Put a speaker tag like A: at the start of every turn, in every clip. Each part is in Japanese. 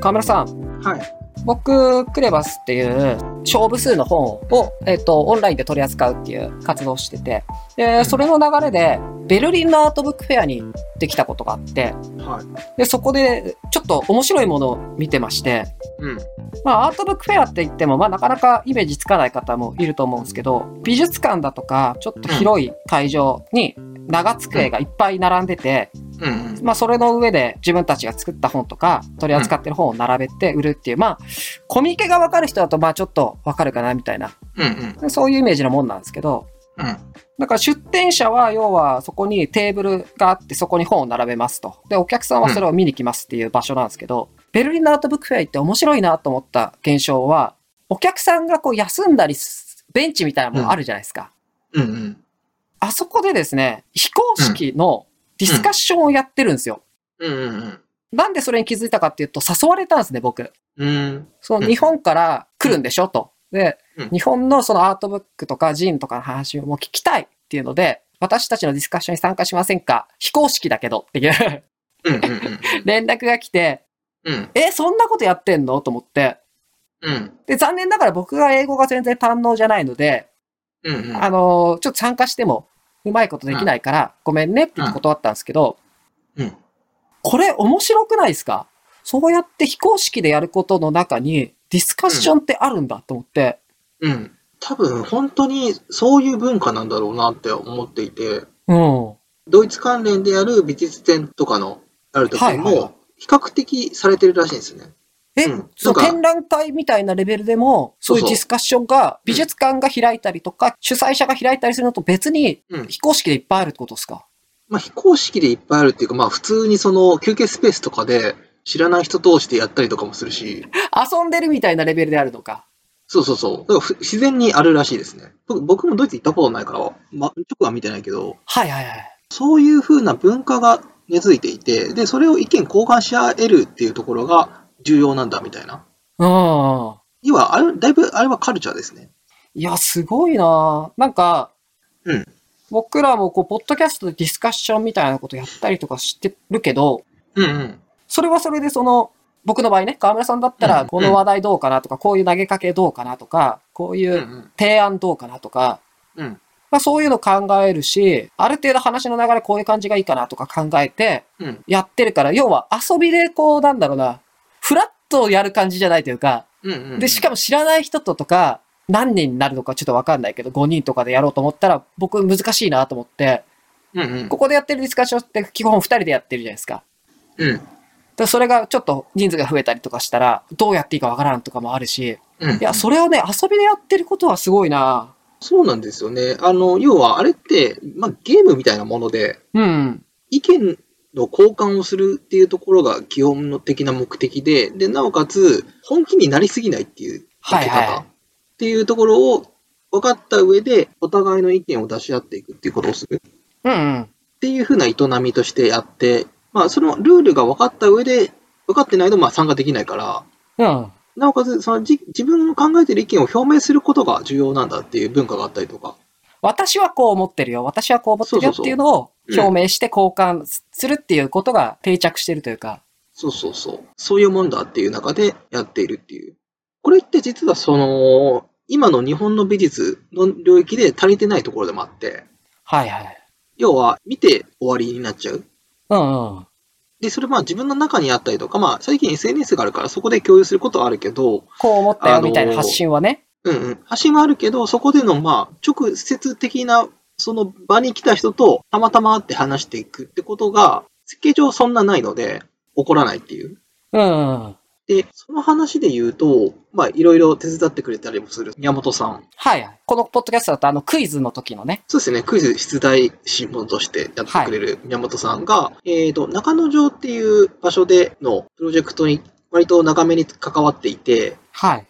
A: 河村さん、
B: はい。
A: 僕、クレバスっていう勝負数の本を、えっ、と、オンラインで取り扱うっていう活動をしてて、で、それの流れで、ベルリンのアートブックフェアに行ってきたことがあって、
B: はい。
A: で、そこでちょっと面白いものを見てまして、
B: うん。
A: まあ、アートブックフェアって言っても、まあ、なかなかイメージつかない方もいると思うんですけど美術館だとかちょっと広い会場に長机がいっぱい並んでて、
B: うん。
A: まあ、それの上で自分たちが作った本とか取り扱ってる本を並べて売るっていう、まあコミケが分かる人だとまあちょっと分かるかなみたいな
B: うん。うん。
A: そういうイメージのもんなんですけど
B: うん。
A: だから出店者は要はそこにテーブルがあってそこに本を並べますと。で、お客さんはそれを見に来ますっていう場所なんですけど、ベルリンのアートブックフェア行って面白いなと思った現象は、お客さんがこう休んだりす、ベンチみたいなものあるじゃないですか。
B: うん。うん。
A: あそこでですね、非公式のディスカッションをやってるんですよ。
B: うん。
A: なんでそれに気づいたかっていうと、誘われたんですね、僕。
B: うん。
A: その日本から来るんでしょと。で
B: うん、
A: 日本のそのアートブックとかジーンとかの話も聞きたいっていうので、私たちのディスカッションに参加しませんか非公式だけどっていう
B: うん。
A: 連絡が来て、
B: うん。
A: え、そんなことやってんのと思って。
B: うん。
A: で、残念ながら僕が英語が全然堪能じゃないので、
B: うん。
A: あのーちょっと参加してもうまいことできないから、ごめんねって言って断ったんですけど、
B: うん。
A: これ面白くないですかそうやって非公式でやることの中にディスカッションってあるんだと思って、
B: うん。多分、本当にそういう文化なんだろうなって思っていて、
A: うん。
B: ドイツ関連でやる美術展とかのある時
A: はいはいはい
B: も、比較的されてるらしいんですね。
A: え、
B: うん
A: その
B: なんか
A: 展覧会みたいなレベルでも、そういう
B: そうそう
A: ディスカッションが美術館が開いたりとか、主催者が開いたりするのと別に
B: うん。
A: 非公式でいっぱいあるってことですか
B: まあ、非公式でいっぱいあるっていうか、まあ、普通にその休憩スペースとかで知らない人同士でやったりとかもするし、
A: 遊んでるみたいなレベルであるのか。
B: そうそうそう。だからふ自然にあるらしいですね。僕僕もドイツ行ったことないから、ま、直は見てないけど、
A: はいはいはい。
B: そういう風な文化が根付いていて、で、それを意見交換し合えるっていうところが重要なんだみたいな。
A: うん。
B: 要は、あれ、だいぶ、あれはカルチャーですね。
A: いや、すごいななんか、
B: うん
A: 僕らもこう、ポッドキャストでディスカッションみたいなことやったりとかしてるけど、
B: うんうん。
A: それはそれでその、僕の場合ね、河村さんだった
B: う
A: ら、
B: ん
A: この話題どうかなとか、こういう投げかけどうかなとか、こういううん提案どうかなとか、
B: うん。うん
A: まあ、そういうの考えるし、ある程度話の流れこういう感じがいいかなとか考えて
B: うん。
A: やってるから、要は遊びでこう、なんだろうな、フラットやる感じじゃないというか、
B: うんうん。
A: で、しかも知らない人ととか、何人になるのかちょっとわかんないけど、5人とかでやろうと思ったら、僕難しいなと思って、
B: も、うんうん。
A: ここでやってるディスカッションって基本2人でやってるじゃないですか。
B: うん。
A: でそれがちょっと人数が増えたりとかしたら、どうやっていいかわからんとかもあるし、
B: う
A: い
B: ん。
A: や、それをね、遊びでやってることはすごいな
B: そうなんですよね。あの、要は、あれって、まあ、ゲームみたいなもので、
A: うん。
B: 意見の交換をするっていうところが基本の的な目的で、で、なおかつ、本気になりすぎないっていう分
A: はい
B: け
A: はい
B: 方っていうところを分かった上で、お互いの意見を出し合っていくっていうことをするっ
A: うんうん。
B: ていうふうな営みとしてやって、まあ、そのルールが分かった上で、分かってないと、まあ、参加できないから、
A: うん。
B: なおかつ、そのじ、自分の考えてる意見を表明することが重要なんだっていう文化があったりとか。
A: 私はこう思ってるよ、私はこう思ってるよっ
B: そう
A: て
B: そうそう
A: いうのを
B: うん
A: 表明して交換するっていうことが定着してるというか。
B: そうそうそう。そういうもんだっていう中でやっているっていう。これって実はその、今の日本の美術の領域で足りてないところでもあって、
A: はいはい。
B: 要は見て終わりになっちゃう。
A: うんうん。
B: で、それまあ自分の中にあったりとか、まあ最近 SNS があるからそこで共有することはあるけど、
A: こう思った
B: あ
A: よ
B: のー
A: みたいな発信はね。
B: うんうん、発信はあるけど、そこでのまあ直接的なその場に来た人とたまたま会って話していくってことが、設計上そんなないので、起こらないっていう。
A: うんうん。
B: で、その話で言うと、まあ、いろいろ手伝ってくれたりもする宮本さん。
A: はいはい。このポッドキャストだとあのクイズの時のね。
B: そうですね、クイズ出題新聞としてやってくれる宮本さんが、えっ、と、中野城っていう場所でのプロジェクトに割と長めに関わっていて、
A: はい。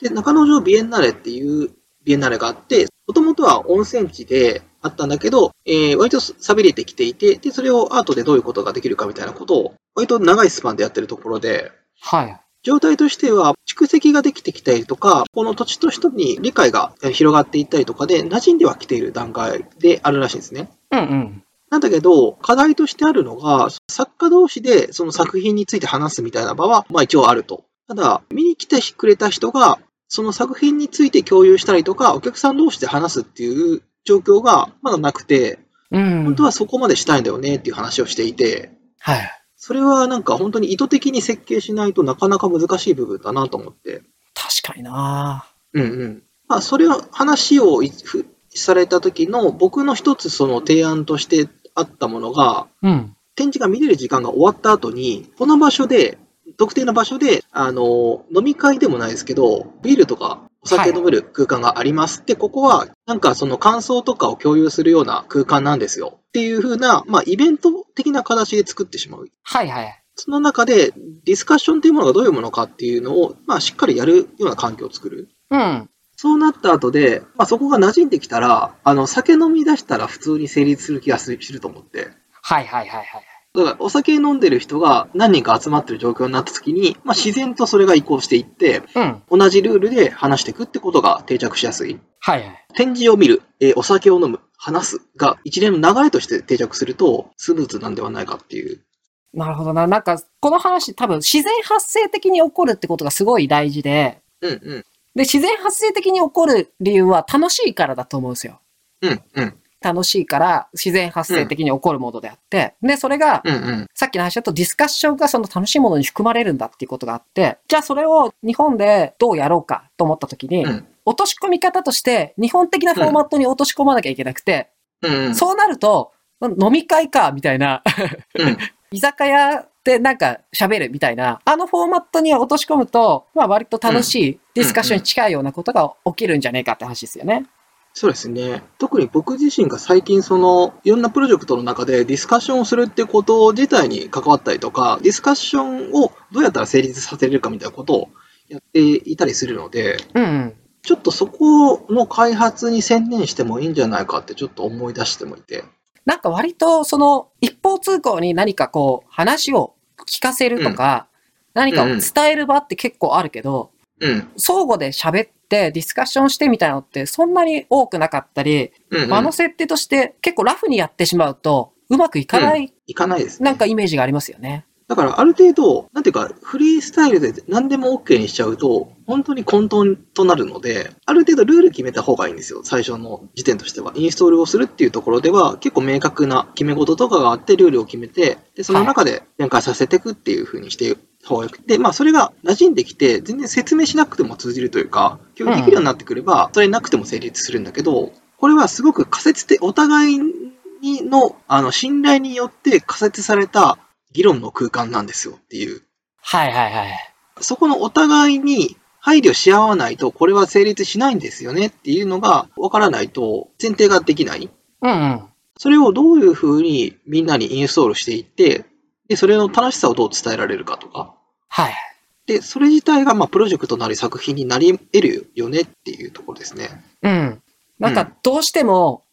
B: で、中野城ビエンナーレっていうビエンナーレがあって、もともとは温泉地であったんだけど、えー割と寂れてきていて、で、それをアートでどういうことができるかみたいなことを、割と長いスパンでやってるところで、
A: はい。
B: 状態としては、蓄積ができてきたりとか、この土地と人に理解が広がっていったりとかで、馴染んではきている段階であるらしいんですね。
A: うんうん。
B: なんだけど、課題としてあるのが、作家同士でその作品について話すみたいな場は、まあ一応あると。ただ、見に来てくれた人が、その作品について共有したりとか、お客さん同士で話すっていう状況がまだなくて、
A: うん。
B: 本当はそこまでしたいんだよねっていう話をしていて、
A: はい。
B: それはなんか本当に意図的に設計しないとなかなか難しい部分だなと思って。
A: 確かにな
B: うんうん。まあ、それを話をいふされた時の僕の一つその提案としてあったものが、
A: うん。
B: 展示が見れる時間が終わった後に、この場所で、特定の場所で、あの、飲み会でもないですけど、ビールとかお酒飲める空間があります。で、ここは、なんかその感想とかを共有するような空間なんですよ。っていう風な、まあ、イベント的な形で作ってしまう。
A: はいはい。
B: その中で、ディスカッションというものがどういうものかっていうのを、まあ、しっかりやるような環境を作る。
A: うん。
B: そうなった後で、まあ、そこが馴染んできたら、あの、酒飲み出したら普通に成立する気がするすると思って。
A: はいはいはいはい。
B: だからお酒飲んでる人が何人か集まってる状況になった時に、まあ、自然とそれが移行していって
A: うん。
B: 同じルールで話していくってことが定着しやすい
A: はいはい。
B: 展示を見る、えーお酒を飲む話すが一連の流れとして定着するとスムーズなんではないかっていう
A: なるほどな。なんか、この話多分自然発生的に起こるってことがすごい大事で、
B: うんうん
A: で、自然発生的に起こる理由は楽しいからだと思うんですよ。
B: うんうん
A: 楽しいから自然発生的に起こるものであって、で、それが、
B: うんうん
A: さっきの話だとディスカッションがその楽しいものに含まれるんだっていうことがあって、じゃあそれを日本でどうやろうかと思った時に、
B: うん
A: 落とし込み方として日本的なフォーマットに落とし込まなきゃいけなくて、
B: うん
A: そうなると、飲み会か、みたいな、
B: うん
A: 居酒屋でなんか喋るみたいな、あのフォーマットに落とし込むと、まあ割と楽しいディスカッションに近いようなことが起きるんじゃねえかって話ですよね。
B: そうですね特に僕自身が最近そのいろんなプロジェクトの中でディスカッションをするってこと自体に関わったりとかディスカッションをどうやったら成立させれるかみたいなことをやっていたりするので、
A: うんうん。
B: ちょっとそこの開発に専念してもいいんじゃないかってちょっと思い出してもいて。
A: なんか割とその一方通行に何かこう話を聞かせるとか、何かを伝える場って結構あるけど、
B: うん。
A: 相互で喋ってディスカッションしてみたいなのってそんなに多くなかったり、
B: うん、うん。
A: 場の設定として結構ラフにやってしまうとうまくいかない
B: いかないですね。
A: なんかイメージがありますよね。
B: だからある程度、なんていうか、フリースタイルで何でも OK にしちゃうと、本当に混沌となるので、ある程度ルール決めた方がいいんですよ。最初の時点としては。インストールをするっていうところでは、結構明確な決め事とかがあって、ルールを決めて、で、その中で展開させていくっていう風にしていく方がよくて、まあそれが馴染んできて、全然説明しなくても通じるというか、共有できるようになってくれば、それなくても成立するんだけど、これはすごく仮説でお互いにの、あの、信頼によって仮説された議論の空間なんですよっていう。
A: はいはいはい。
B: そこのお互いに配慮し合わないと、これは成立しないんですよねっていうのが分からないと、前提ができない。
A: うんうん。
B: それをどういうふうにみんなにインストールしていって、で、それの楽しさをどう伝えられるかとか。
A: はい。
B: で、それ自体が、まあ、プロジェクトなり作品になり得るよねっていうところですね。
A: うん。なん
B: う
A: か
B: ん
A: どうしても、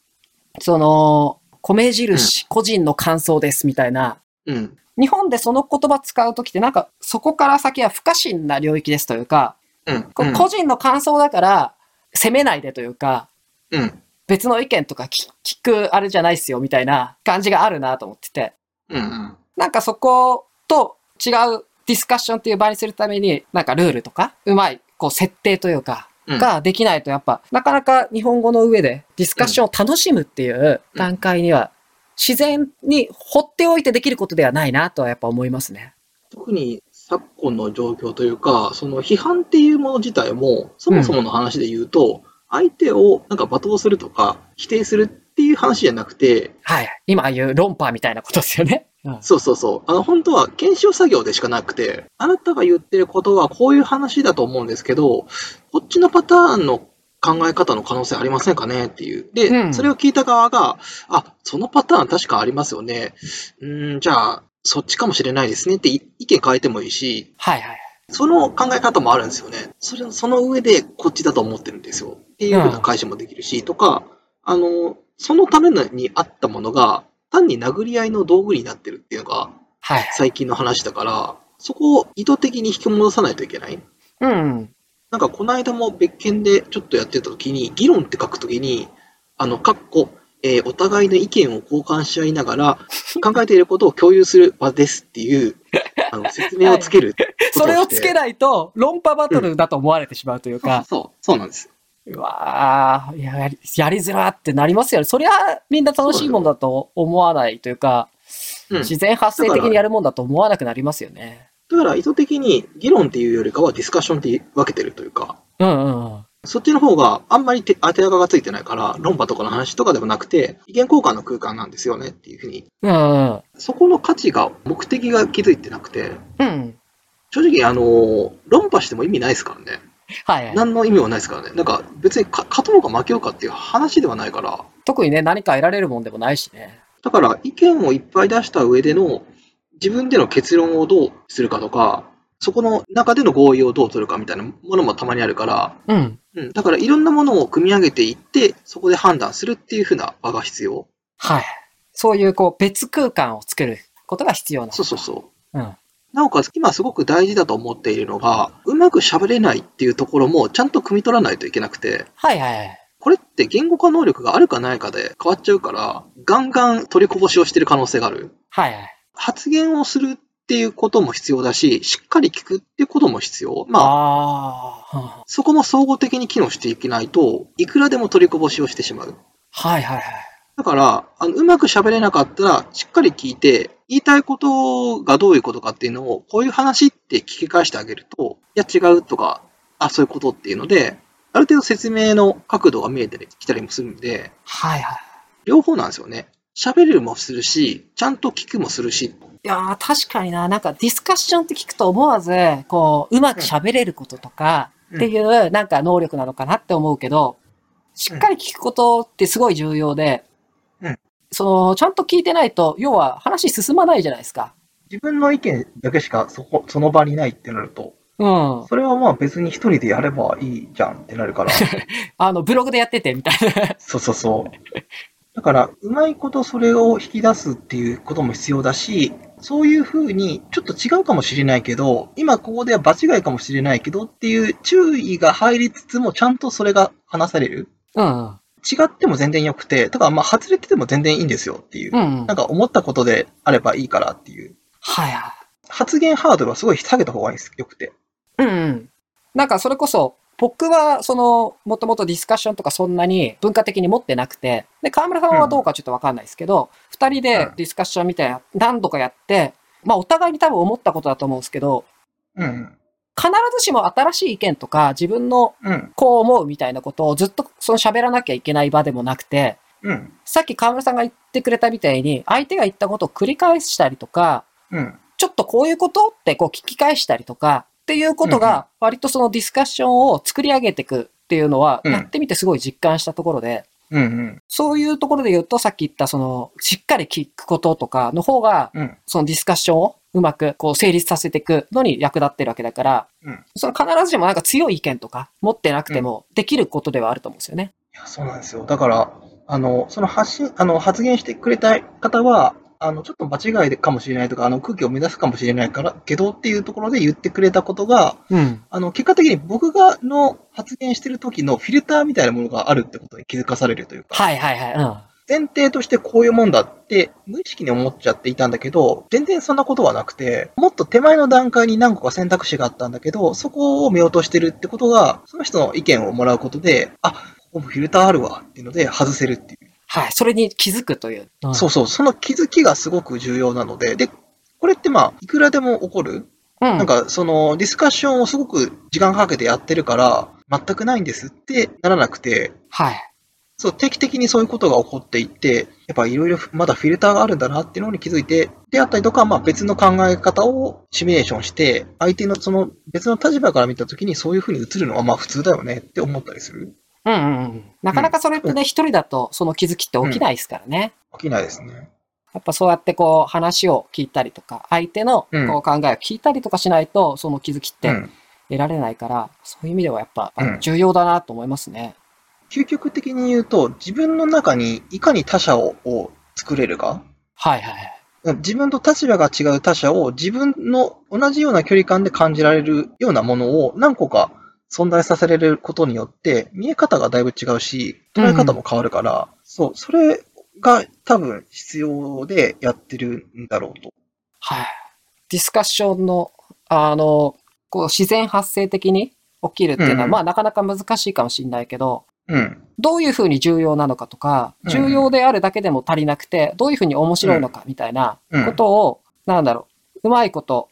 A: その、米印、個人の感想ですみたいな、
B: うん。
A: 日本でその言葉使うときってなんかそこから先は不可侵な領域ですというか、
B: うん。
A: こ
B: うん
A: 個人の感想だから責めないでというか、
B: うん。
A: 別の意見とか聞聞くあれじゃないっすよみたいな感じがあるなと思ってて、
B: うんうん。
A: なんかそこと違うディスカッションっていう場にするために、なんかルールとか、うまい、こう設定というか、
B: うん
A: ができないとやっぱ、なかなか日本語の上でディスカッションを楽しむっていう段階には、自然に放っておいてできることではないなとはやっぱ思いますね。
B: 特に昨今の状況というか、その批判っていうもの自体も、そもそもの話で言うと、相手をなんか罵倒するとか、否定するっていう話じゃなくて、
A: はい。今ああいう論破みたいなことですよね。うん
B: そうそうそう、あの、本当は検証作業でしかなくて、あなたが言ってることはこういう話だと思うんですけど、こっちのパターンの考え方の可能性ありませんかねっていう。で、
A: うん
B: それを聞いた側が、あ、そのパターン確かありますよね。うーん、じゃあ、そっちかもしれないですねってい意見変えてもいいし、
A: はいはい。
B: その考え方もあるんですよね。それその上でこっちだと思ってるんですよ。っていうふうな解釈もできるし、とか、あの、そのためにあったものが、単に殴り合いの道具になってるっていうのが
A: はい。
B: 最近の話だから、そこを意図的に引き戻さないといけない。
A: うん。
B: なんかこの間も別件でちょっとやってた時に、議論って書くときに、あの、かっこ、えーお互いの意見を交換し合いな がら、考えていることを共有する場ですっていう、あの、説明をつけること
A: それをつけ
B: な
A: な
B: い
A: いと、論破バトルだと思われてしまうというか、
B: そう、そうなんです。
A: うわーやり、やりづらってなりますよね。そりゃ、みんな楽しいもんだと思わないというか、
B: うん。
A: 自然発生的にやるもんだと思わなくなりますよね。
B: だから意図的に議論っていうよりかはディスカッションって分けてるというか、
A: うんうんうん。
B: そっちの方があんまり手当てあかがついてないから、論破とかの話とかでもなくて、意見交換の空間なんですよねっていうふうに。
A: うんうん。
B: そこの価値が、目的が気づいてなくて、
A: うん。
B: 正直、あの論破しても意味ないですからね。
A: はいはい。
B: 何の意味もないですからね。なんか別にか勝とうか負けようかっていう話ではないから、
A: 特にね、何か得られるもんでもないしね。
B: だから意見をいっぱい出した上での自分での結論をどうするかとか、そこの中での合意をどう取るかみたいなものもたまにあるから、
A: うん。
B: うん、だからいろんなものを組み上げていって、そこで判断するっていう風な場が必要。
A: はい。そういう、こう、別空間を作ることが必要な。
B: そうそうそう。
A: うん。
B: なおかつ今すごく大事だと思っているのが、うまく喋れないっていうところもちゃんと汲み取らないといけなくて、
A: はいはいはい。
B: これって言語化能力があるかないかで変わっちゃうから、ガンガン取りこぼしをしてる可能性がある。
A: はいはい。
B: 発言をするっていうことも必要だし、しっかり聞くっていうことも必要。まあ、
A: ああー。うん
B: そこも総合的に機能していけないと、いくらでも取りこぼしをしてしまう。
A: はいはいはい。
B: だから、あのうまく喋れなかったら、しっかり聞いて、言いたいことがどういうことかっていうのを、こういう話って聞き返してあげると、いや違うとか、あ、そういうことっていうので、ある程度説明の角度が見えてきたりもするんで、
A: はいはい。
B: 両方なんですよね。喋るもするし、ちゃんと聞くもするし。
A: いやー確かにな、なんかディスカッションって聞くと思わず、こう、うまく喋れることとか、
B: うん
A: っていう、なんか能力なのかなって思うけど、しっかり聞くことってすごい重要で、
B: うん
A: その、ちゃんと聞いてないと、要は話進まないじゃないですか。
B: 自分の意見だけしかそこ、その場にないってなると、
A: うん。
B: それはまあ別に一人でやればいいじゃんってなる から。
A: あの、ブログでやってて、みたいな。
B: そうそうそう。だから、うまいことそれを引き出すっていうことも必要だし、そういうふうに、ちょっと違うかもしれないけど、今ここでは場違いかもしれないけどっていう注意が入りつつも、ちゃんとそれが話される。
A: うん。
B: 違っても全然良くて、だからまあ外れてても全然いいんですよっていう
A: う。ん。は
B: なんか思ったことであればいいからっていう。
A: いはい。
B: 発言ハードルはすごい下げた方がいいです。よくて。
A: うんうん。なんかそれこそ、僕は、その、もともとディスカッションとかそんなに文化的に持ってなくて、で、河村さんはどうかちょっとわかんないですけど、二、人でディスカッションみたいな、何度かやって、まあお互いに多分思ったことだと思うんですけど、
B: うん。
A: 必ずしも新しい意見とか、自分の
B: うん。
A: こう思うみたいなことをずっとその喋らなきゃいけない場でもなくて、
B: うん。
A: さっき河村さんが言ってくれたみたいに、相手が言ったことを繰り返したりとか、
B: うん。
A: ちょっとこういうことってこう聞き返したりとかっていうこと
B: うんう
A: が割とそのディスカッションを作り上げていくっていうのは
B: うん
A: やってみてすごい実感したところで、
B: うん。うん。
A: そういうところで言うとさっき言ったそのしっかり聞くこととかの方が
B: うん。
A: そのディスカッションをうまくこう成立させていくのに役立ってるわけだから、
B: うん
A: その必ずしもなんか強い意見とか持ってなくてもできることではあると思うんですよね。
B: いや、そうなんですよ。だから、あの、その発信、あの、発言してくれた方は、あの、ちょっと間違いかもしれないとか、あの、空気を目指すかもしれないから、けどっていうところで言ってくれたことが、
A: うん。
B: あの、結果的に僕がの発言してる時のフィルターみたいなものがあるってことに気づかされるというか、
A: はいはいはい。うん。
B: 前提としてこういうもんだって、無意識に思っちゃっていたんだけど、全然そんなことはなくて、もっと手前の段階に何個か選択肢があったんだけど、そこを見落としてるってことが、その人の意見をもらうことで、あ、ここもフィルターあるわっていうので外せるっていう。
A: はい。それに気づくという。うん
B: そうそう、その気づきがすごく重要なので、で、これってまあ、いくらでも起こる。
A: うん。
B: なんか、その、ディスカッションをすごく時間かけてやってるから、全くないんですってならなくて、
A: はい。
B: そう、定期的にそういうことが起こっていって、やっぱいろいろまだフィルターがあるんだなっていうのに気づいて、であったりとか、まあ別の考え方をシミュレーションして、相手のその別の立場から見たときにそういうふうに映るのはまあ普通だよねって思ったりする
A: うんうんうん。なかなかそれってね、一、人だとその気づきって起きないですからね。
B: 起きないですね。
A: やっぱそうやってこう話を聞いたりとか、相手のこう
B: うん
A: 考えを聞いたりとかしないと、その気づきっ
B: う
A: て
B: ん。
A: 得られないから、そういう意味ではやっぱあの
B: うん
A: 重要だなと思いますね。
B: 究極的に言うと、自分の中にいかに他者をを作れるか
A: はいはい。
B: 自分と立場が違う他者を自分の同じような距離感で感じられるようなものを何個か存在させられることによって見え方がだいぶ違うし捉え方も変わるから、そう、それが多分必要でやってるんだろうと。
A: はい。ディスカッションの、あの、こう自然発生的に起きるっていうのは、
B: うん
A: まあなかなか難しいかもしれないけど、
B: うん。
A: どういうふうに重要なのかとか、
B: うん
A: 重要であるだけでも足りなくて、どういうふうに面白いのかみたいな
B: うん
A: ことを、なんだろう、うまいこと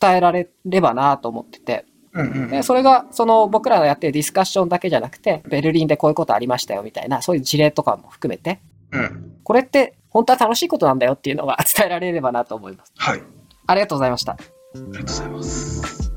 A: 伝えられればなと思ってて、
B: うんうん
A: でそれがその僕らのやってるディスカッションだけじゃなくてベルリンでこういうことありましたよみたいなそういう事例とかも含めて
B: うん。
A: これって本当は楽しいことなんだよっていうのが 伝えられればなと思います
B: はい。あ
A: ありがとうございました
B: りがとうございます。